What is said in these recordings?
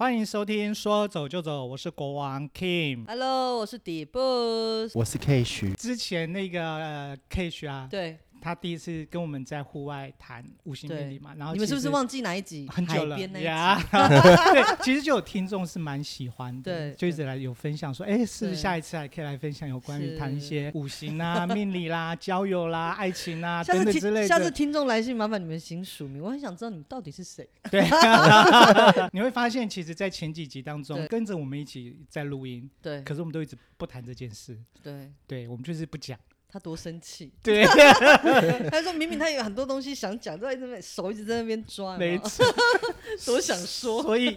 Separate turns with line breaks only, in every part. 欢迎收听《说走就走》，我是国王 Kim。
Hello，我是底 boss。
我是 K 徐，
之前那个、呃、Kish 啊，
对，
他第一次跟我们在户外谈五星
对
便利嘛，然后
你们
其
是不是
实
忘记哪一集？
很久
海
了
边那一集。
呀对，其实就有听众是蛮喜欢的，
对
就一直来有分享说，哎，是不是
对
下一次还可以来分享有关于谈一
是
些五行啊、 命理啦、交友啦、爱情啊
下
等
次
等之
听
类
下次
的。
听众来信，麻烦你们请署名，我很想知道你们到底是谁。
对，你会发现，其实，在前几集当中
对
跟着我们一起在录音，
对
可是我们都一直不谈这件事，
对，
对我们就是不 讲。
他多生气，
对，
他说明明他有很多东西想讲，都一直在那边手一直在那边抓，有没
没
有
错。
嗯 多想说。
所以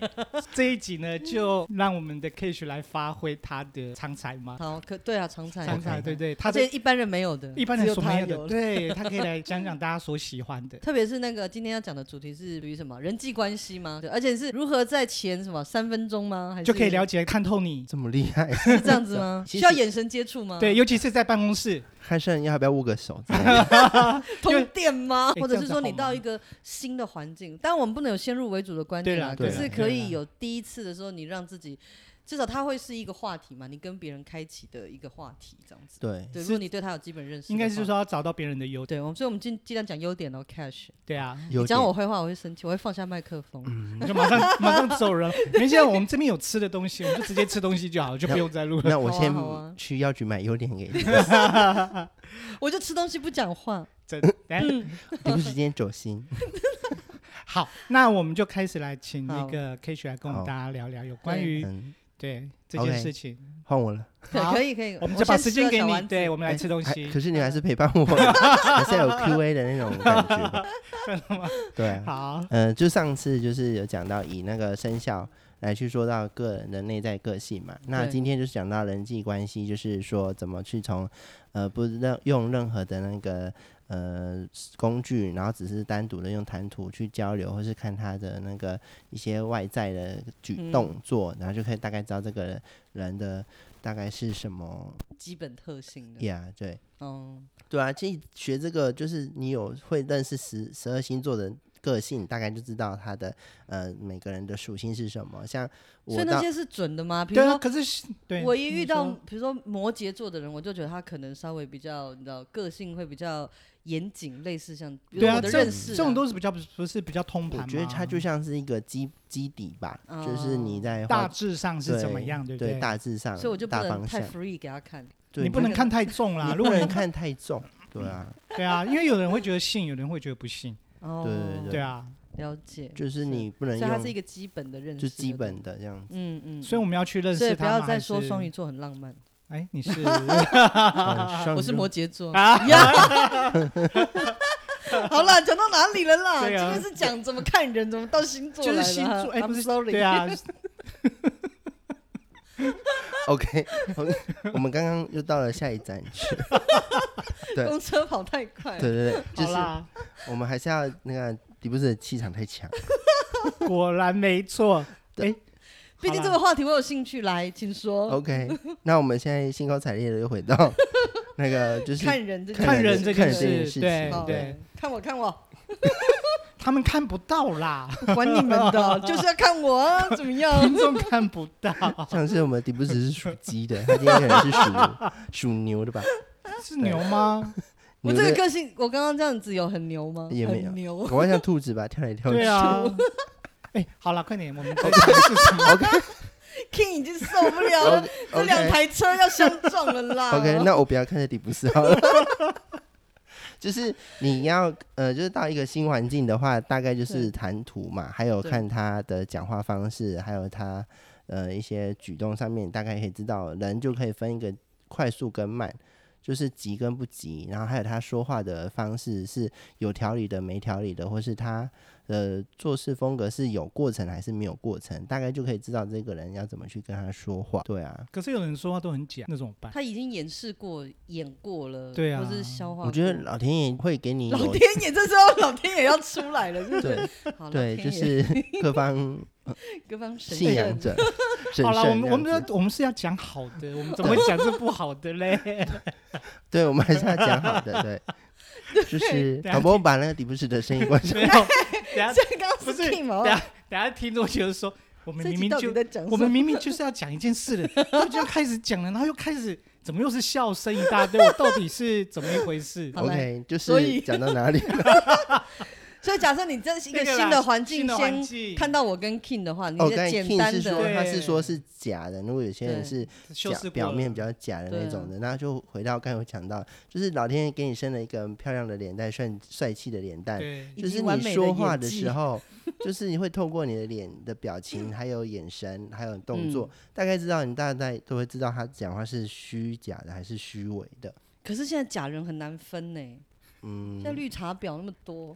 这一集呢，就让我们的 Kish 来发挥他的长才嘛，
好，可对啊，常才
长才
常
对
才
不对，他
而
的
且一般人没有的，
一般
只
人
有
所
他
没有的，
了。
对他可以来讲讲大家所喜欢的
特别是那个今天要讲的主题是属于什么人际关系吗？对，而且是如何在前什么三分钟吗？还是
就可以了解看透你，
这么厉 害，
是这样 子吗？
其
需
实
要眼神接触吗？
对，，尤其是在办公室，
看上人家要不要握个手 之类的？
通电吗？
诶
或者是说你
哎这样子好吗
到一个新的环境，当然我们不能有先入为主的观
对
点
啦
啊，
对
可
啦
是
对
可
啦
以有第一次的时候，你让自己至少它会是一个话题嘛，你跟别人开启的一个话题，这样子。
对，
对，
是
如果你对他有基本认识的话，
应该是说要找到别人的优点。
对，我们所以我们尽尽量讲优点哦，Cash。
对啊，
有
你讲
点
我坏话，我会生气，我会放下麦克风。
你就马 上马上走人。没现在我们这边有吃的东西，我们就直接吃东西就 好，就不用再录了。
那我
好啊
先
好啊
去药局买优点给 你。
我就吃东西不讲话。
真 哎，
嗯
第一时间走心，
好，那我们就开始来请那
好
个 Kish 来跟我们
好
大家聊聊有关于
嗯，
对这件
OK
事情。
换我了。哎
对，
好
可以可以，
我们就把
先
时
吃
间
了
给
小
你
丸，子
对，我们来吃东
还
西。
可是你还是陪伴我， 还是要有 Q&A 的那种感觉 吧？对啊，
好，
呃，就上次就是有讲到以那个生肖来去说到个人的内在个性嘛，那
对
今天就是讲到人际关系，就是说怎么去从呃不任用任何的那个呃工具，然后只是单独的用谈吐去交流，或是看他的那个一些外在的举
嗯
动作，然后就可以大概知道这个人的大概是什么
基本特性的。
呀对。
嗯，
对啊，其实学这个就是你有会认识十十二星座的个性，大概就知道他的呃每个人的属性是什么。像
所
我
以那
到
些是准的吗？比如
对啊，
说
可是对，
我一遇
你
到
说
比如说摩羯座的人，我就觉得他可能稍微比较，你知道，个性会比较严谨，类似像比如
对啊，
我的
这
认
种
识啊
这种都是比较不是比较通盘
我
吗？哦
觉得它就像是一个基基底吧，就是你在
大
画
致上是怎么样，对
对
不对？
大致上，
所以我就不
大
能
方
太
向，
free 给他看。
对
你不能
看
看太重啦。
你
如
不
果你
能看太重，
嗯
对啊，
对啊，因为有人会觉得信，有人会觉得不信。
哦，
对
对啊，
了解。
就是
是
你不能
所以它是一
用
个基本的认识，
就基本的这 样子。
嗯。嗯嗯，
所以我们要去认
所以
识
不
他吗。
要再说
还是
双鱼。座很浪漫，
哎， 你是
嗯
我是，摩
双
羯座。
啊？
好了，讲到哪里了啦？
对
今
啊
天是讲怎么看人，怎么到星座
就
来
是星
了
座，哎，
I'm
不是
sorry，
对 啊，
OK，我们刚刚又到了下一站 去，对
公车跑太快
对
了。
对对，就
好
是
啦，
我们还是要那个迪布斯的气场太强。
哎果然没错。哎，
毕竟这个话题我有兴趣，来，请说。
OK，那我们现在兴高采烈的又回 到那个就是
看人这件
看
事
人
情
这
看
件
人这件事
事，
情
对
好
对，，
看我看我，
他们看不到啦，
不管你们的，就是要看我啊，怎么 样？
听众看不到，
上次我们迪布 斯是属鸡的，他今天可能是属属牛的吧？
是牛吗？
我
牛
这个
的
个性，我刚刚这样子有很牛吗？
也没有
很牛。
搞快像兔子吧，跳来跳去。
对啊。 哎，好了，快点， 我们再讲是什么？
OK
King 已经受不了了 这
OK，
两台车要相撞了啦。
OK，那我不要看着迪布斯好了。 就是你要呃，就是到一个新环境的话，大概就是
对
谈吐嘛，还有
对
看他的讲话方式，还有他呃一些举动上面，大概可以知道人就可以分一个快速跟慢，就是急跟不急，然后还有他说话的方式是有条理的、没条理的，或是他呃做事风格是有过程还是没有过程，大概就可以知道这个人要怎么去跟他说话。对啊，
可是有人说话都很假，那怎么办？
他已经演示过、演过了，
对啊
或是消化过。
我觉得老天爷会给你
老
有
天爷这时候老天爷要出来了，是不是？
对
好老
对，
天
就
爷
是各方
各方神
信仰
圣
者神
好
圣
了，我们我
这样
们
子。
我们是要讲好的，我们怎么会讲这不好的嘞？
对，我们还是要讲好的，对，就是
对
导 播把那个底部室的声音关上。
没有，等下
这刚刚
不
是
是
King 吗
等？下等下听众就是说，我们
这
明
集
明
到
就
底在讲什
我们
么？
明明就是要讲一件事的，就就要开始讲了，然后又开始怎么又是笑声一大堆，我到底是怎么一回 事？
好
OK，就
所以
是讲到哪里？
所以假设你这是一个
那个啦
新的环境
新的环
先
境
看到我跟 King 的话，你
哦，
就
刚才
简
King
单
是说
的
对
他是说是假的，如果有些人
对
是
修
假
饰过
表
了
面比较假的
对
那
啊
种的，那就回到刚才有讲到，就是老天爷给你生了一个漂亮的脸蛋，帅帅气的脸蛋，
对
以
就
及
是
完
你
美的
说
演
话的
技
时候，就是你会透过你的脸的表情，还有眼神，还有
嗯
动作，大概知道你大概都会知道他讲话是虚假的还是虚伪的。
可是现在假人很难分呢，
嗯
现在绿茶婊那么多，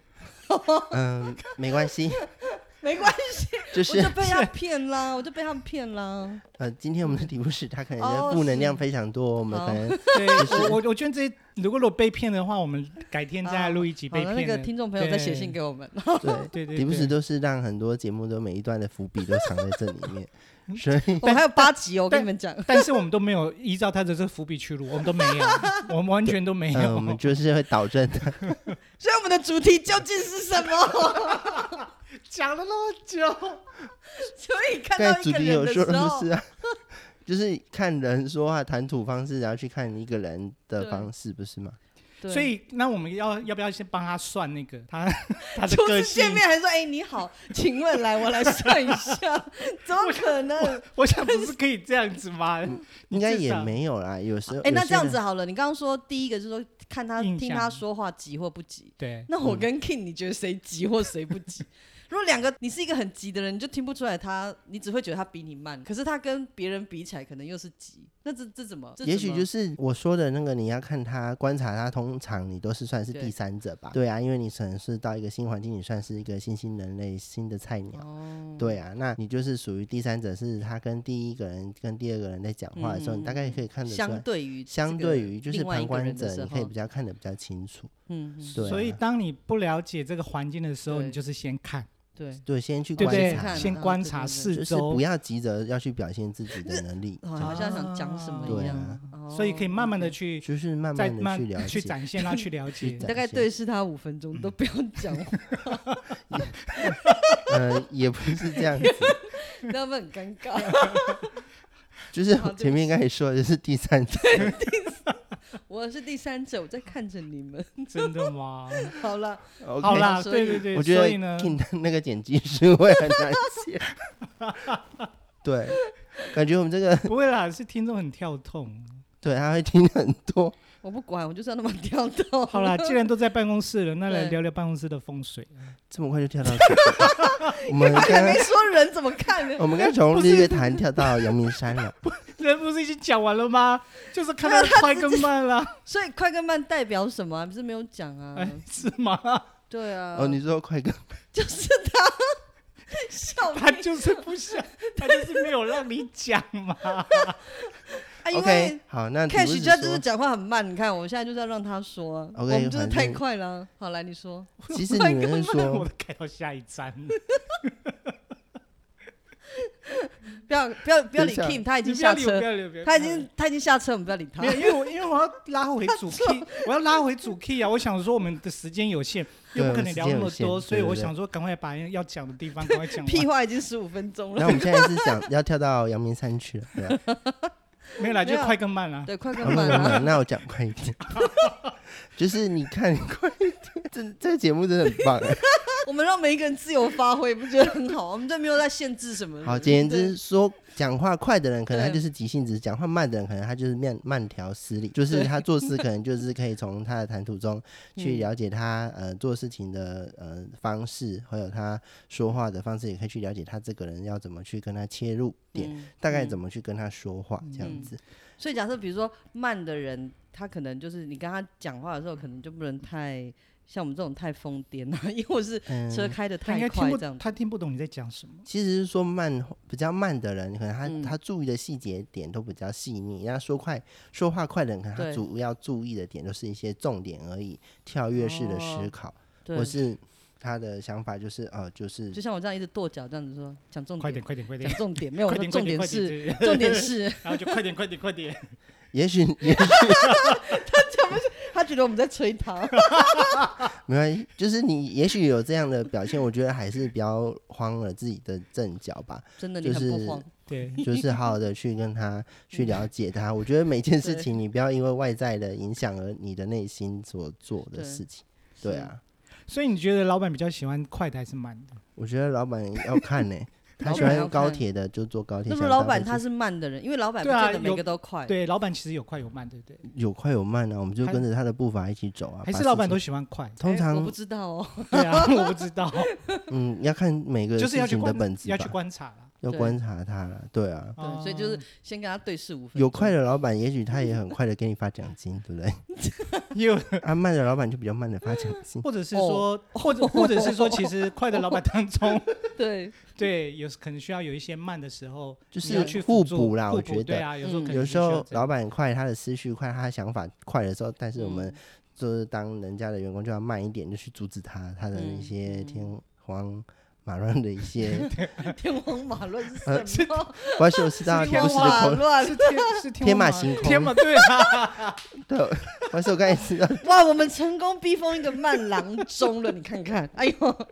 嗯，没关系，
没关系，
就
我就是被他骗啦，我就被他们骗啦。
呃，今天我们的礼物是他可能
哦
的负能
是
量非常多，我们
好
可能
对，我我我觉得这如果如果被骗的话，我们改天再录一集
好
被
了，那
骗
个
的。
听众朋友再写
对
信给我们。
对。
对 对
时不时
对，
都是让很多节目都每一段的伏笔都藏在这里 面，所以
我们还有八集哦，我跟
但
你们讲。
但是我们都没有依照他的这个伏笔去录，我们都没 有，我们完全都没
呃，
有
我。 们就是会导正的。
所以我们的主题究竟是什么？
讲了那么久，
所以看到
刚才主
一个
题有
人的
说
时
不
候
是，啊， 就是看人说话谈吐方式，然后去看一个人的方式，不是吗？
对
所以那我们要要不要先帮他算那个他 他的
初
个
次
性
见？面还说：“哎、你好， 请问来，我来算一 下，怎么可能？”
我想不是可以这样子吗？
应该
至
也
少
没有啦，有时候
哎、那
有些
这样
人
子好了，你刚刚说第一个是说看他
印
听
象
他说话急或不急，
对，
那
嗯
我跟 King 你觉得谁急或谁不急？ 如果两个你是一个很急的人，你就听不出来他，你只会觉得他比你慢，可是他跟别人比起来，可能又是急，那这这怎么？这
也
怎
许
么
就是我说的那个，你要看他观察他，通常你都是算是
对
第三者吧？对啊，因为你可能是到一个新环境，你算是一个新兴人类、新的菜鸟。
哦，
对啊，那你就是属于第三者，是他跟第一个人跟第二个人在讲话的时候，
嗯
你大概可以看得出
相
来。
对于这
相
个
对于就是
另外一个
旁观
人的
者，
时
你可以
候
比较看得比较清楚。
嗯嗯，
对啊
所以当你不了解这个环境的时候，
对
你就是先看，
对。
对，先去
对
观
不
先
对？
察，
先
啊
观
对
察
对对
四
就是不
周，哦
要急着要去表现自己的能力，
我好像想讲什
啊
么一样，啊哦
所以可以慢慢的
去。
去
就是慢
再
慢的
慢
去了
去
解。
展现，啊 他去了解
去。
你
展
大概
现
对视他五分
嗯
钟，都不要讲话，
呃，也不是这 样子，
那会很尴尬。
就是
好
我
对
前面刚才说的就是第三 者。
我是第三者，我在看着你们。
真的 吗？
好了，
OK，
好啦，
所
对
以
对对，
我觉
所
得
以呢，
King 的那个剪辑师会很难 写。对，感觉我们这个
不会啦，是听众很跳痛。
对他会听很多。
我不管，我就是要那么 跳 动。
好 啦，既然都在办公室了，那来
对
聊聊办公室的风水。啊
这么快就跳到这个，我们刚
还没
刚
说人怎么看呢？
我们刚从日月潭跳到阳明山 了。
人不是已经讲完了吗？就是看 他的快跟慢啦，
所以快跟慢代表什么啊？不是没有讲啊？
哎，是 吗？
对啊，
哦，你说快歌，
就是他笑
他
命
就是不想， 他就是没有让你讲嘛。
啊，因
OK，
为
好，那你
Cash
不是
他就是
说
讲话很慢，你看我现在就是要让他说啊，我
OK，
们就是
反
太
正
快了啊。好，来你说，
其实你们是
我
说
都改到下一站了，
不要不要不要
等一
理
下
Kim，他已
你
经
不要
下
理我，不
车，
要理我，不要理我
他已经他已经下车，我们不要理他
没。有，因为我因为我要拉回主 key，我要拉回主 key 啊！我想说我们的时间有限，
对
又不可
我们时
能
间
聊那么
有限
多，所以
对对
我
对
想说赶快把要讲的地方赶快讲
屁
完。
话已经十五分钟了
那。我们现在是想要跳到阳明山去了，对吧？
没有啦，
没
就
有啊
快跟慢啦。
对，快跟
好
慢
那
啊！
那那我讲快一点， 就是你看你快一点，这这个节目真的很棒。欸
我们让每一个人自由发挥，不觉得很好？我们这没有在限制什么。
好，简
对
言之，说讲话快的人可能他
对
就是急性子，讲话慢的人可能他就是慢慢条斯理，就是他做事可能就是可以从他的谈吐中去
嗯
了解他呃做事情的呃方式，还有他说话的方式，也可以去了解他这个人要怎么去跟他切入点，
嗯
大概
嗯
怎么去跟他说话这样
嗯
子。
所以假设比如说慢的人，他可能就是你跟他讲话的时候，可能就不能太像我们这种太疯癫了， 因为我是
嗯，
车开的
他应
太
该听
快
不
这样子。
他听不懂你在讲什么。
其实是说慢比较慢的人，可能他、
嗯
他注意的细节点都比较细腻。然后说快说话快的人，可能他
对
主要注意的点都是一些重点而已，跳跃式的思
哦
考，
对
或，是他的想法就是呃就是
就像我这样一直跺脚这样子说，讲重
快点，
点，
快点，快
讲
点，
重点，没有，我
快
说
点，
重
快点，
点
快
是
点，
重点是，
然后就快点，快点，快点。
也许也许
他觉得我们在催他。
没关系，就是你也许有这样的表现，我觉得还是不要慌了自己的阵脚 吧，
真的，你
就
很
是
不慌。
对，
就是好好的去跟他去了解他。我觉得每件事情你不要因为外在的影响而你的内心所做的
对
事情，对啊，
所以你觉得老板比较喜欢快的还是慢的？
我觉得老板要 看呢、他喜
老板要
欢高
看
铁的就坐高铁，
那么
想
老
搭
板
飞
他
机
是慢的人，因为老板不
对啊
见得每
有
个都快。
对，老板其实有快有慢，对不对？
有快有慢啊，我们就
还
跟着他的步伐一起走啊。
还
把
是
事
老板
情
都喜欢快？
通
哎我不
常
知道哦，
对啊，我不知道，
嗯要看每个
就
事
是要去
情的
观
本质
要去
吧，
观察啦。
要
对
观察他啦，对啊。
对，所以就是
哦
先跟他对视五分钟。
有快的老板，也许他也很快的给你发奖金，对 不对？
也有，
啊，慢的老板就比较慢的发奖 金。
或者是说，
哦
或者或者是说，其实快的老板当中，
对，
对，有时可能需要有一些慢的时候，
就是
你要去
互
助
补啦我觉得
对啊，有时候
嗯
可能
有
是需
时
要
候
这样
老板快，他的思绪快，他的想法快的时候，但是我们
嗯
就是当人家的员工就要慢一点，就去阻止他他的一
嗯
些
嗯
天荒马乱的一些
天荒马乱是什么？
怪兽是大
是
家
天
不是
马
的
乱
是天是
天马
马
行空
天马对啊，
对，怪兽刚才知道
哇，我们成功逼疯一个慢郎中了，你看看，哎 呦，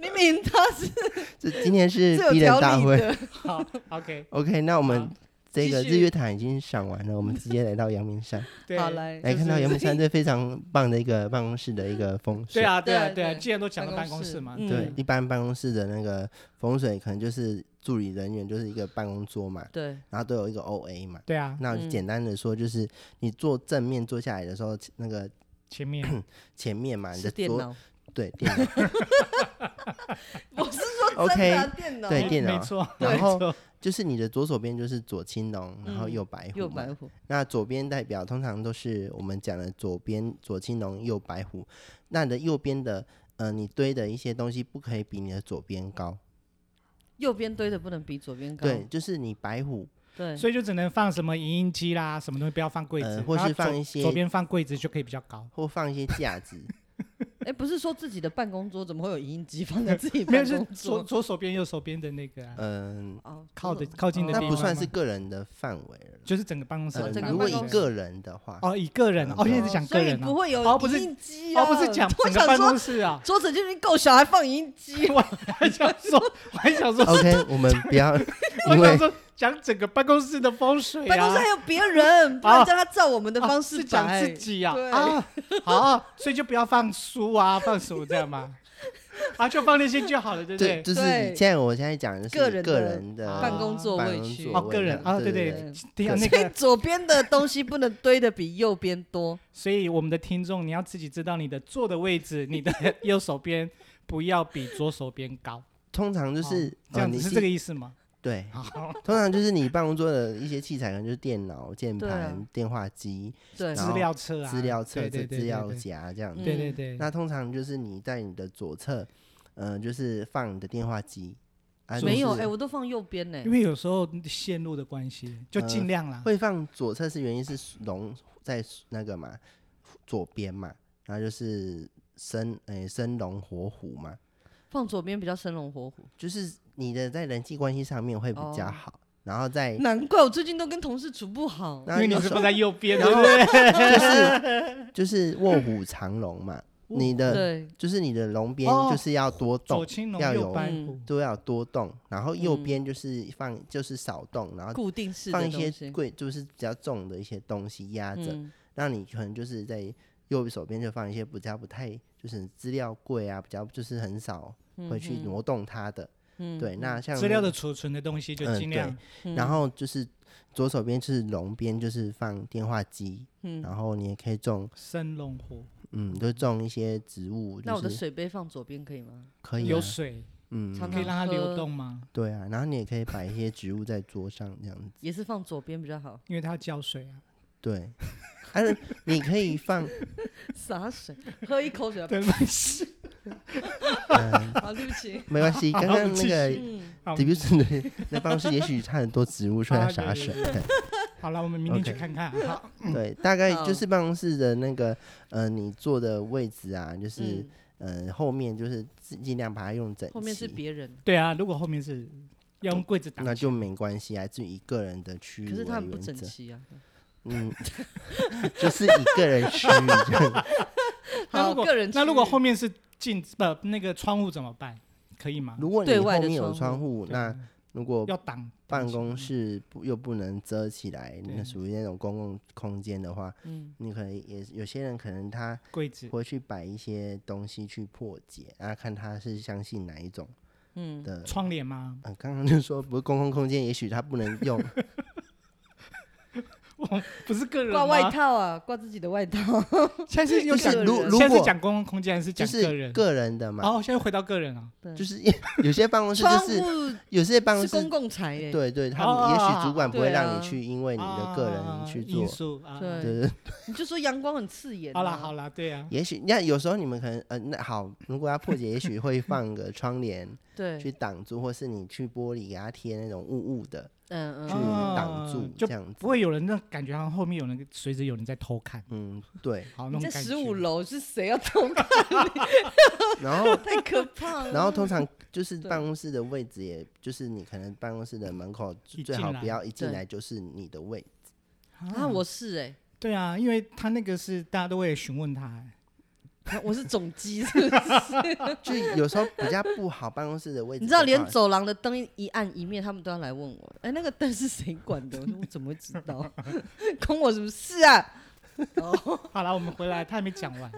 明明他是
这今天是
最有
逼人
条
大
理
会。
的，
好，OK，
OK，那我们
好
这个
继
日
续
月潭已经赏完了，我们直接来到阳明 山，
对，
好来
来看到
就是
阳明山这非常棒的一个办公室的一个风水。
对啊，对啊，
对
对啊，
对
既然都讲到
办
办
公
公
室
室嘛，
嗯
对，一般办公室的那个风水可能就是助理人员就是一个办公桌嘛，
对，
然后都有一个 OA 嘛。
对啊，
那我就
嗯
简单的说，就是你坐正面坐下来的时候，那个
前 面哎
前面嘛，你的
是电
左
脑，
对电脑，
我是说
OK，
真的啊电脑，
对电
没
脑
错，
然
没
后
错，
就是你的左手边就是左青龙，然后
嗯
右白虎嘛，
右白虎，
那左边代表通常都是我们讲的左边左青龙右白虎，那你的右边的呃你堆的一些东西不可以比你的左边高，
右边堆的不能比左边高，
对，就是你白虎
对，
所以就只能放什么影印机啦，什么东西不要放柜子，
呃或
然后
是放
左
一些
左边放柜子就可以比较 高。
或放一些架子，
哎，不是说自己的办公桌怎么会有影印机放在自己
没
办
有，是
公
左
桌？
左手边、右手边的那个啊、
嗯、
哦，
靠的
左手
靠近的
哦
那
地
不
方
算
吗
是个人的范围了。
就是整个办公室
哦
的
呃
整
大小。
个，
如果
办公
一
室
个人的话，
哦，一个人，哦，
对
现在是讲
所
个
以
人
不
啊，
会有
哦不是
影印机啊，
哦，不是讲
我
整个
想
办
说，
公室啊
桌子就已经够小，还放影印机，
我还想说，我还想说，
OK，我们不 要
我
哦因
想
为
说讲整个办公室的风水
办公室
啊
还。有别人，不然叫他照我们的
啊
方
是
式
讲
摆
自。己啊
对
啊，好啊所以就不要放书啊，放什么这样嘛，啊，就放那些就好了，对不
对，
对？
就是
对
你现在我现在讲的是
个人
个
的
人的
办公座
办
位
公
区
座
哦，
位
个人
的
啊，对
对
对，对啊，那
对
所以
个，
左边的东西不能堆的比右边多，
所以我们的听众，你要自己知道你的坐的位置，你的右手边不要比左手边高，
通常就是、
哦
呃
这样
你
子是这个意思吗？
对，
好，
通常就是你办公桌的一些器材，可能就是电脑、键
对啊
盘、电话机、
对
然
资
后
料册啊，
资料册、
对
资
对对
资料
对
夹这样子。
对对对，
那通常就是你在你的左侧，嗯，就是放你的电话机，啊，
是
没有
就
哎、
是
我都放右边呢、
因为有时候线路的关系，就
呃
尽量啦。
会放左侧是原因是龙在那个嘛左边嘛，然后就是生诶、生龙活虎嘛，
放左边比较生龙活虎。
就是你的在人际关系上面会比较
哦
好，然 后在
难怪我最近都跟同事处不好。
因
哎那
为你
有
是
时
放
候
在右边，
然
对不
后
对？
就是就是卧虎藏龙嘛，你的
对，
就是你的龙边
哦
就是要多动
左，青龙
要
右
有
白
嗯
虎，
都要多动，然后右
嗯
边就是放、就是少动，然后
固定式的
呃放一
东西。
些贵就是比较重的一些东西压着，
嗯，
让你可能就是在右手边就放一些比较不太就是资料柜啊，比较就是很少会去挪动它的。
嗯
对，那像
资料
那
的储存的东西就
嗯
尽
对
量
嗯
然后就是左手边就是龙边，就是放电话机，
嗯，
然后你也可以种，
生龙活，
嗯，就种一些植物，
那我
就
的
是
水杯放左边可以吗？
可以、啊、
有水
嗯，
常
可以
常
让它流
喝
动吗？
对啊，然后你也可以摆一些植物在桌上这样子。
也是放左边比较 好，
因为它要浇水啊。
对，还是你可以放，
洒水，喝一口水。
对，没事。
嗯，
好，对不起。
没关系，刚刚那
继
个
续
嗯，
好
d i b u s 的那办公室，也许它很多植物，所以它
啊
洒
对
水。
对好了，我们明天去
OK
看看啊。好，
对，大概
好
就是办公室的那个，呃，你坐的位置啊，就是
嗯，
呃后面就是尽尽量把它用整
后面是
齐，
别人，
对啊，如果后面是要用柜子挡
哦那
起
就没关系啊，至于个人的区
可
域
是
为
他很不
原
整
则。
齐啊。
嗯，就是一个人区域这样。
那
好，
如果
个人
那如果
区域
后面是镜子不那个窗户怎么办？可以吗？
如果你
对外
后
的
面有
窗
窗户，
对
那如果
要挡
办
挡
公
起
室不又不能遮起来，那
对
属于那种公共空间的话，
嗯
你可能也有些人可能他
来柜子，
会去摆一些东西去破解啊，看他是相信哪一种
嗯，
的。
窗帘吗？
啊，刚刚就说不是公共空间，也许他不能用，
不是个人
挂
吗
外。套啊，挂自己的外套，
现在是 又
就
讲
是
个
如
人
如
现在是
果
讲公共空间还是
就
讲个
是
人？
个人的嘛，
哦，现在回到个人啊。
就是有些办公室就
窗
是
户
有些办公
是
室
公共财耶，
对对，他们也许主管不会
对
让
啊
你去，因为你的个人去
啊因
做。
素啊。
对
对对，
你就说阳光很刺眼啊。
好啦好啦，对啊，
也许你看有时候你们可能呃，那好，如果要破解，也许会放个窗帘去
对，
挡住，或是你去玻璃给它贴那种雾雾的
嗯
去
嗯，
挡
啊
住，
就
这样子
不。会有人那感觉好像后面有人随着有人在偷看，
嗯，对。
好那
你
种
在
感觉。
十五楼是谁要偷看？
然后
太可怕了。
然后通常就是
对
办公室的位置，也就是你可能办公室的门口
一
最
进
好
来
不要一进
对
来就是你的 位。
啊，
嗯
我是 哎、
对啊，因为他那个是大家都会询问他、
我是总机， 是不是
就有时候比较不好，办公室的位置
你知道，
不
连
好
走廊的灯一暗一灭，他们都要来问 我，哎、那个灯是谁管的？我说我怎么会知道？关我什么事啊？哦，
好了，我们回来，他还没讲完。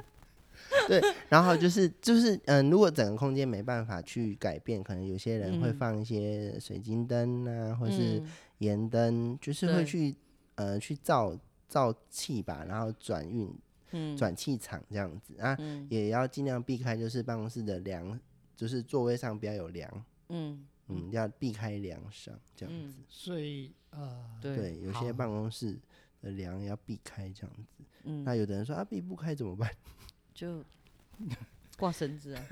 然后就是就是嗯，如果整个空间没办法去改变，可能有些人会
嗯
放一些水晶灯啊，或是
嗯
盐灯，就是会
对
去呃去造造气吧，然后转运
嗯
转气场这样子啊，
嗯
也要尽量避开就是办公室的梁，就是座位上不要有梁，
嗯
嗯，要避开梁上这样子
嗯。，
所以 呃，
对，
对，有些
好
办公室的梁要避开这样子。
嗯，
那有的人说啊，避不开 怎么办？
就挂绳子啊，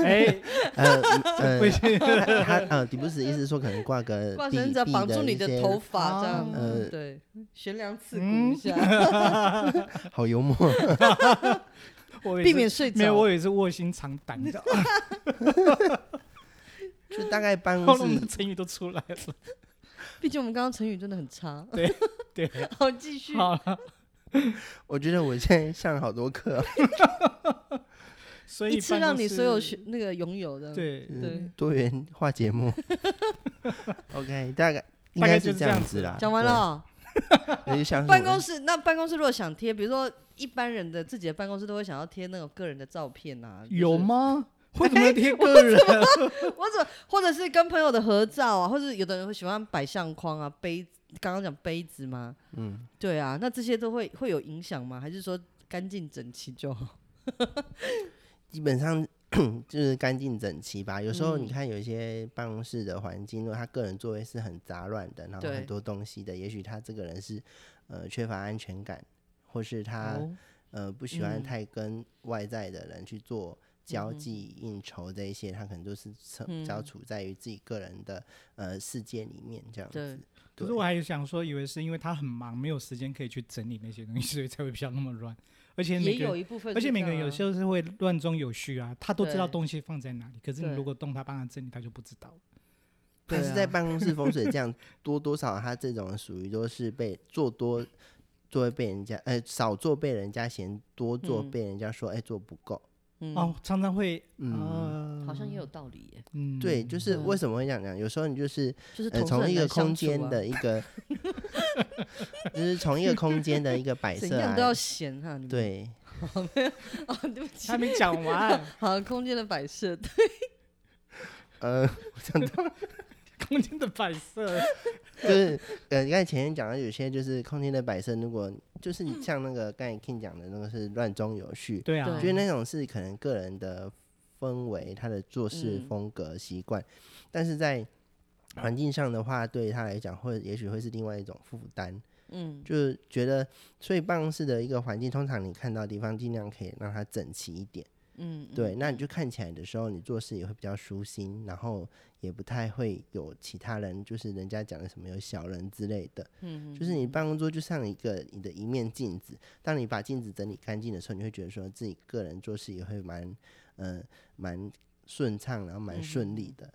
哎、
呃呃
不，行，
他他呃，迪布斯的意思是说可能挂个
挂
避
绳子啊
避
绑住你
一些
的头发这样，
呃
对，悬梁刺
哦嗯
股一下，
好幽默，
我以为
避
是
免睡
没有，
着。
我也是卧薪尝胆 的，
就大概办
后
公
面
室
的成语都出来了。
毕竟我们刚刚成语真的很差。
对，
好，继续。
好了，
我觉得我现在上好多课，啊
所以
一次
办
让
公
你
室
所有学那个拥有的。，
对
嗯
对
多元化节目。OK，大概应
大概
该
就是是
这
这
样
样
子
子
啦。
讲完了哦。
对，那就像是
办
我
公室那办公室如果想贴，比如说一般人的自己的办公室都会想要贴那种个人的照片啊，就是
有？ 吗？为什么要贴个人？
或者或者是跟朋友的合照啊，或者有的人会喜欢摆相框啊、杯子，刚刚讲杯子吗？
嗯，
对啊，那这些都会会有影响吗？还是说干净整齐就好？
基本上 就是干净整齐吧。有时候
嗯
你看有一些办公室的环境，如果他个人座位是很杂乱的，然后
对
很多东西的，也许他这个人是呃缺乏安全感，或是他、
哦
呃不喜欢
嗯
太跟外在的人去做交际应酬这一些，他可能就是侧比较
嗯
处在于自己个人的呃世界里面这样
对
子。
可
对
是我还想说，以为是因为他很忙，没有时间可以去整理那些东西， 所以才会比较那么乱。而且
也
每个
有
人，
一部分是
而且
这样啊，
每个人有时候是会乱中有序啊，他都知道
对
东西放在哪里，可是你
对
如果动他帮他整理，他就不知道了。
但
对
是在
啊
办公室风水这样多多少，他这种属于都是被做多。做会被人家，呃，少做被人家嫌，多做
嗯
被人家说，哎、做不够。
嗯
哦，常常会，
嗯，
呃
好像也有道理耶，
嗯，
对，就是为
嗯
什么会这样讲？有时候你就是
就是
呃，
同事
从
很
一
难
个空
相处
间
啊
的一 个，就是从一个空间的一个摆
怎
设
样
啊
都，要嫌哈，你们
对，
啊，对不起
还，没讲完，
好，空间的摆设，
呃，
空间的摆 设，
就是呃，你看前面讲到有些就是空间的摆设，如果就是像那个刚才 King 讲的那个是乱中有序，
对啊，
对
我觉得那种是可能个人的氛围、他的做事
嗯
风格、习惯，但是在环境上的话，对他来讲会也许会是另外一种负担，
嗯，
就是觉得所以办公室的一个环境，通常你看到的地方尽量可以让它整齐一点，
嗯，
对，那你就看起来的时候，你做事也会比较舒心，然后也不太会有其他人，就是人家讲的什么有小人之类的。
嗯，嗯
就是你办公桌就像一个你的一面镜子，当你把镜子整理干净的时候，你会觉得说自己
嗯
个人做事也会蛮，呃，蛮顺畅，然后蛮顺利的。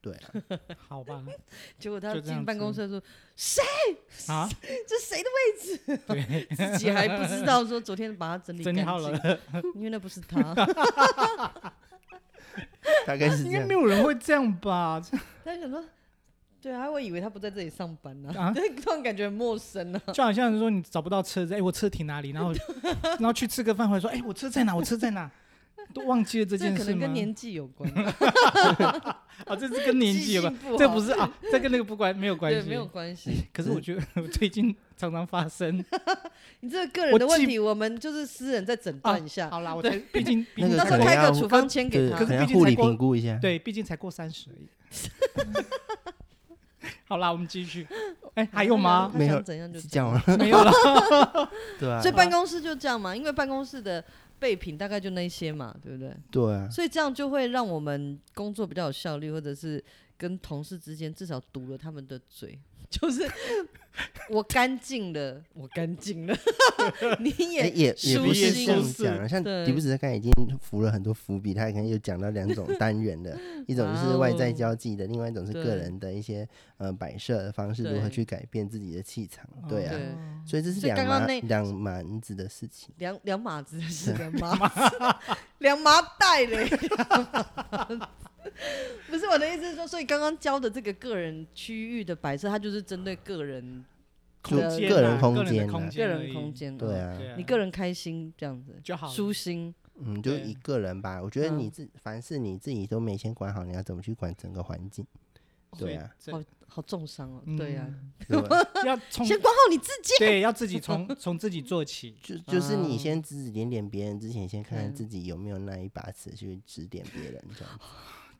对啊，
好吧，
结果他
就这样
进办公室说
啊，：“
这谁的
对，
位置？”自己还不知道说昨天把它整理
整理好了
干，净，因为那不是他。
大概是这
应该
样
没。有人会这样吧？
他就想说，对啊，我以为他不在这里上班呢、
啊
啊，对， 突然感觉很陌生呢、啊。
就好像是说你找不到车子，哎、我车停哪里？ 然后然后去吃个饭，回来说，哎、我车在哪？我车在哪？都忘记了这件
可
事
能
吗
跟？年纪有 关，
啊，这是跟年纪有关
记性不，好
这不是啊，这跟那个不关没有关
对，
系。
没有关系。
可是我觉得我最近常常发 生。
你这个个人的问题，我们就是私人再诊断一下。
好啦，我才毕竟毕
那
竟
个
到时
才
候
可能
开
要
个处方签
对，
给他
可
可
是
能要
毕竟
护
才
理
过
评估一下。
对，毕竟才过三十而已。 好啦，我们继续。哎、还有 吗？
他
没有
想怎样就是怎
这样吗？
没 有了。
对啊
样。所，以办公室就这样嘛，因为办公室的备品大概就那些嘛，对不对？
对啊，
所以这样就会让我们工作比较有效率，或者是跟同事之间至少堵了他们的嘴， 就是我干净了，我干净了， 你
哎
也
也也不是
舒
这样
适
讲啊，像
对
迪布斯刚才已经伏了很多伏笔，他可能有讲到两种单元 的，一种就
哇
是
哦
外在交际的，另外一种是
对
个人的一些呃摆设的方式，如何
哦对哦
去改变自己的气场，对啊，
对
嗯
所以这是
所以
两
刚刚
码
那
两蛮子的事情，
两两码子是两码子，两麻袋嘞。 不是我的意思是说，所以刚刚教的这个个人区域的摆设，它就是针对个人、
就
空间
个
啊
人空
个人的
间啊
空，
个
间而
人
已
空间。
对，啊，
对啊
你个人开心这样子，
就好了。
舒心。
嗯，就
对
以个人吧，我觉得你
啊嗯
自凡是你自己都没先管好，你要怎么去管整个环 境？
所
对
以
啊，
这
好好重伤哦
嗯。
对呀，
对吧
要从
先管好你自己。
对，要自己 从从自己做起。
就就是你
啊
先指指点点别人之前，先看看
对
自己有没有那一把尺去指点别人，这样。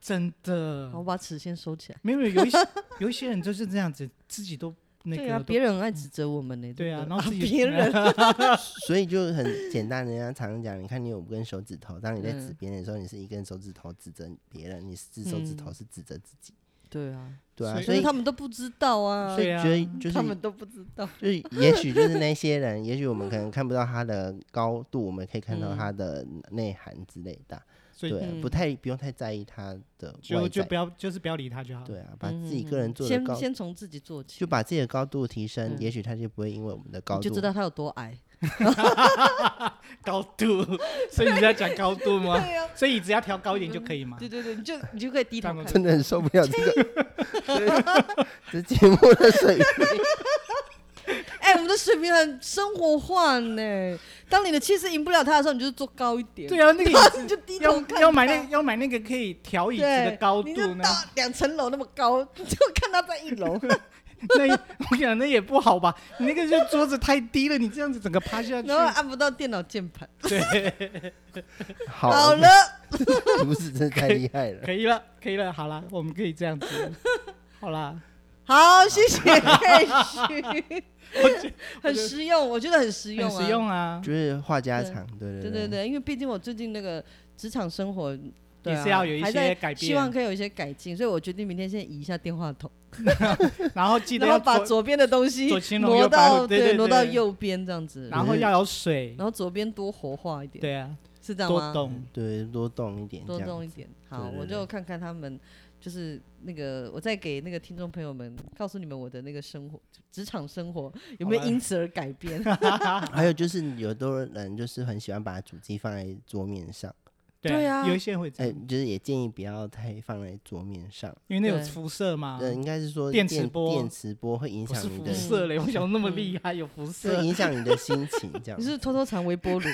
真的
好，，我把尺先收起来。
没有有 一些有一些人就是这样子，自己都那
对啊，
个都嗯
别人很爱指责我们呢。
对啊
不，
然 后自己 嗯
别人
所以就很简单，人家常讲，你看你有五根手指头，当你在指
嗯
别人的时候，你是一根手指头指责别人，你四手指
嗯
头是指责自己，
对啊，
对啊，
所以
所
所以
以
他们都不知道啊
所以，
对啊
觉得就是
他们都不知道。
就是，也许就是那些人，也许我们可能看不到他的高度，我们可以看到
嗯
他的内涵之类的，
所以
对啊，
嗯
不太不用太在意他的
就
外
就
在
不，要就是不要理他就好。
对
嗯
啊，把自己个人做的
先
高，
先从自己做起，
就把自己的高度提升，
嗯
也许他就不会因为我们的高
你就
度
知道他有多矮。
高度， 所以你在讲高度吗？
对啊，嗯
所以只要调高一点就可以吗？
对对对，你就你就可以低头
当
看
然。
真的很受不了这个 这节目的水平。
哎、我们的水平很生活化呢。当你的气势赢不了他的时候，你就坐高一点。
对啊，那个椅子
你就低头
要
看他。
要买那要买那个可以调椅子的
对
高
你
度
就
呢
到？两层楼那么高， 你就看他在一楼。
那也我跟你讲那也不好吧？你那个就桌子太低了，你这样子整个趴下去
然，后啊按不到电脑键盘。
好
好，了，
不是真的太厉害了。
可以了，可以了，好啦，我们可以这样 子，好啦，
好，谢 谢佩许，很实用，我觉得很实用
很
啊。
实用啊，
就是话家常，对对
对对对，因为毕竟我最近那个职场生活。对
也
啊，
是要有一
还
些
在
改变
希望可以有一些改进，所以我决定明天先移一下电话筒，
然后记得
然后
要
把
做
左边的东西
左青龙
挪
右白虎
到
对对
挪到
对
右边这样子，
然后要有水，
然后左边多活化一点，
对啊，
是这样
多
吗？
动，
嗯对，多动一点，
多
这样
动一
子
点。好，
对对
我
对
就看看他们，就是那个，我再给那个听众朋友们，告诉你们我的那个生活，职场生活有没有
好啊吧
因此而改 变？
啊还有就是，有多人就是很喜欢把主机放在桌面上，
对
啊，
啊
有一些人会这
哎、
样，
就是也建议不要太放在桌面上。
因为那有
对
辐射嘛，
呃，应该是说
电磁
磁
波
电磁波会影
啊不
响
是
你
辐
的，
射嘞，我想那
嗯
么厉害，有辐
会
射，
影响你的心情，这 样
你。是偷偷藏微波 炉？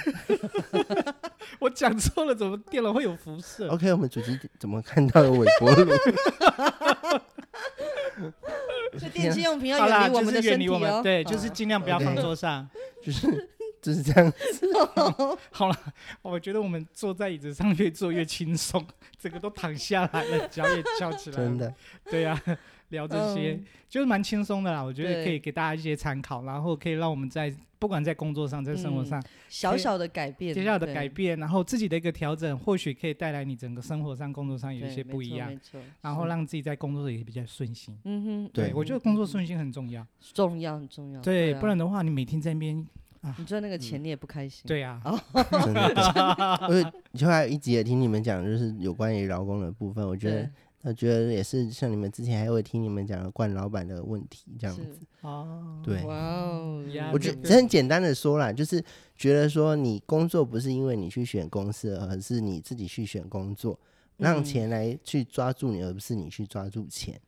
我讲错了，怎么电了会有辐
哦
射？
OK，我们主机怎么看到有微波炉？
所以电器用品要
好啦，
远离我
就
们的
是远
身
离
体
我们，
哦。
对，就是尽量不要放
OK
桌上。
就是就是这样，
好了，我觉得我们坐在椅子上越坐越轻松，整个都躺下来了，脚也翘起来了。
真，的。
对呀、啊， 聊这些、
嗯
就是蛮轻松的啦。我觉得
对
可以给大家一些参考，然后可以让我们在不管在工作上，在生活
嗯
上，
小小的改 变，
接下来的
对
改变，然后自己的一个调整，或许可以带来你整个生活上、工作上有一
对
些
没
不一
错
样
没，错
然后
是
让自己在工作也比较顺心。
嗯哼，
对
我觉得工作顺心很重要，
重要很重要，
对，
啊嗯
不然的话你每天在那边，
你赚那个钱你也不开心。
对啊呀、
真 的，对因为后来一集也听你们讲，就是有关于劳工的部分，我觉得
对
我觉得也是像你们之前还会听你们讲的冠老板的问题这样子，
是
哦，
对。
哇哦，
呀
我
这
觉
个
得很简单的说啦，就是觉得说你工作不是因为你去选公司，而是你自己去选工作，让
嗯
钱来去抓住你，而不是你去抓住钱。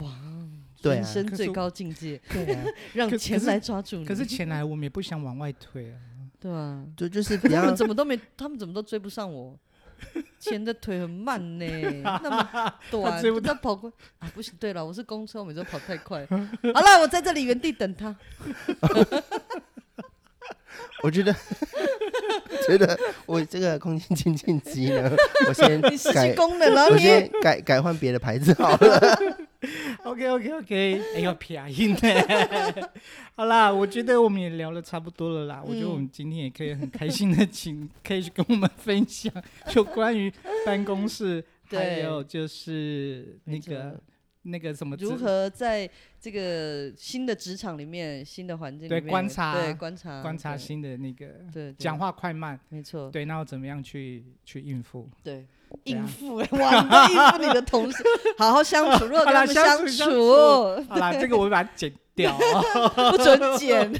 哇，
对
人
啊
生
可是
最
我
高境界，
对 啊，
让
可
钱
可是
来抓住你。
可是钱来我们也不想往外推啊，
对啊，
就就是比
他
较
们怎么都没，他们怎么都追不上我。钱的腿很慢呢、 那么短，
追不
知道跑过啊！不行，对了，我是公车，我每次都跑太快。好了，我在这里原地等 他。
我觉得 觉得我这个空气清净机呢，我先
你失去
改，
功能了，
我
你
先改改换别的牌子好了。
OK OK OK，哎呦，便宜呢。 好啦，我觉得我们也聊了差不多了啦。
嗯
我觉得我们今天也可以很开心的请，可以去跟我们分享，就关于办公室，还
对
有就是那
没错
个那个什么
如
之
何在这个新的职场里面、新的环境里
对
面
观察
对观察、
观察
对
新的那个
对对
讲话快慢，
没错，
对，然后怎么样去去应 付？
对，
对啊
应付 哇，你在应付你的同 事，好好相处，如果
好
跟
啦
他们
相处相
处，
好啦，这个我会把它剪掉哦。
不准剪。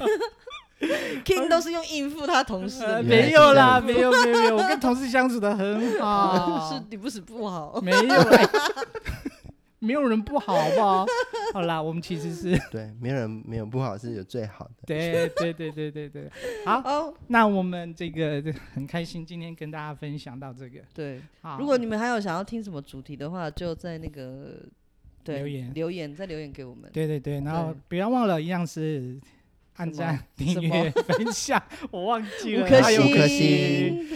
King 都是用应付他同事
呃
的，
没
原来是
有啦，
这
没有没有没有，我跟同事相处的很好，
是你不是不 好，
没有 啦，没有人不好，好不 好？好啦，我们其实是
对，没有人没有不好，是有最好的。
对对对对对对。好，
哦，
那我们这个很开心，今天跟大家分享到这个。
对。
好，
如果你们还有想要听什么主题的话，就在那个对
留言
留言再留言给我们。
对对对，然后
对
不要忘了，一样是按赞、 订
什么
阅、分享，我忘记
五
了，
颗
还有
星，
五颗星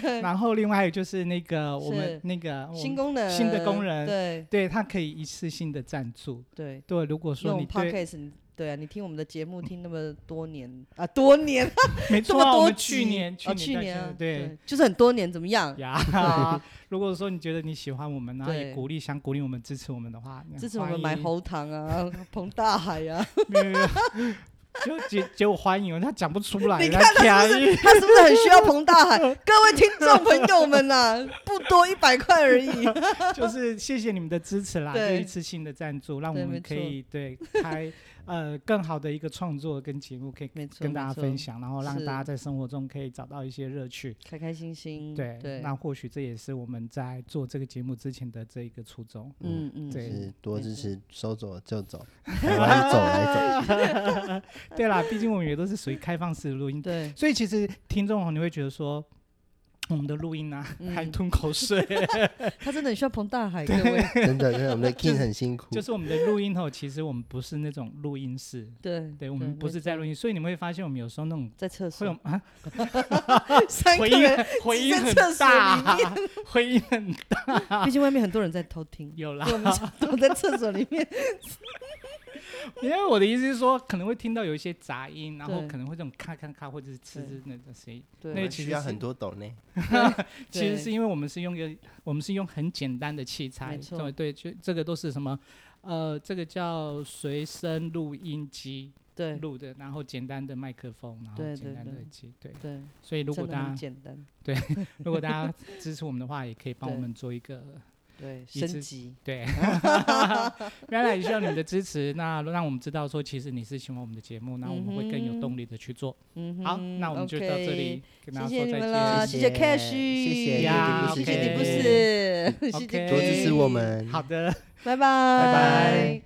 对
然后另外还有就是那个我们
是
那个我们
新功能，
新的功能
对
对他可以一次性的赞助。
对，
对，如果说你
用
对，
podcast，你对啊，你听我们的节目听那么多年啊，多年
没
这
错
么
啊，我
多
们去
集
年去
啊，去
年
年
到现在
啊，
对。，
就是很多年，怎么 样？
呀， 如果说你觉得你喜欢我们，然后也
啊对
鼓励想鼓励我们支持我们的话，
支持我们
欢
买
迎
喉糖啊，彭大海啊，
没有没有，就结 结果欢迎他讲不出来，
你
他
看他是不是他是不是很需要彭大海？各位听众朋友们呐、不多一百块 而已，
就是谢谢你们的支持啦，就
对
一次性的赞助，让
对
我
没
们
错
可以对开 呃更好的一个创作跟节目可以
没错，
跟大家分，享，然后让
是
大家在生活中可以找到一些乐趣。
开开心心，
对，
对，
那或许这也是我们在做这个节目之前的这一个初 衷。
嗯嗯，
对
是多
没
支
错
持，收走 就走，台湾走来走去。
对啦，毕竟我们也都是属于开放式的录音，
对，
所以其实听众哦你会觉得说。我们的录音啊，还
嗯
吞口 水，
他真的很需要彭大海，各 位，
真的，真的，我们的 King 很辛苦，
就是我们的录音后，其实我们不是那种录音室，
对，
对我们不
没
是在
错
录音，所以你们会发现我们有时候那 种
在厕
会有
所，
啊，
三个
回音
人，
回音很
在厕所
大啊
里，
回音很啊
毕竟外面很多人在偷 听，
有啦
所以。我们常躲在厕所里面，
因为我的意思是说，可能会听到有一些杂音，然后
对
可能会这种咔咔咔，或者是呲
对
呲那个声音。
对
那个
我们
其实
需要
是
很多抖呢。
其实是因为我们是用一个，我们是用很简单的器材，
没错
对对，就这个都是什么，呃，这个叫随身录音机
对
录的，然后简单的麦克风，然后
对
简
对
单的
对
机，对。
对，
所以如果
真的
大
很
家
简单，
如果大家支持我们的话，也可以帮我
对
们做一 个
对，
一
升
直
级，
对，原来也需要你们的支持，那让我们知道说，其实你是喜欢我们的节目，那我们会更有动力的去做。
嗯哼，
好，那我们就到这
嗯 OK
里，跟大家
谢谢
说
你
再
们了，
见。
谢谢
谢谢
Cash，
谢谢
呀
谢谢
，OK
你不是，谢谢
OK
多支持我们
好的。
拜拜，
拜拜。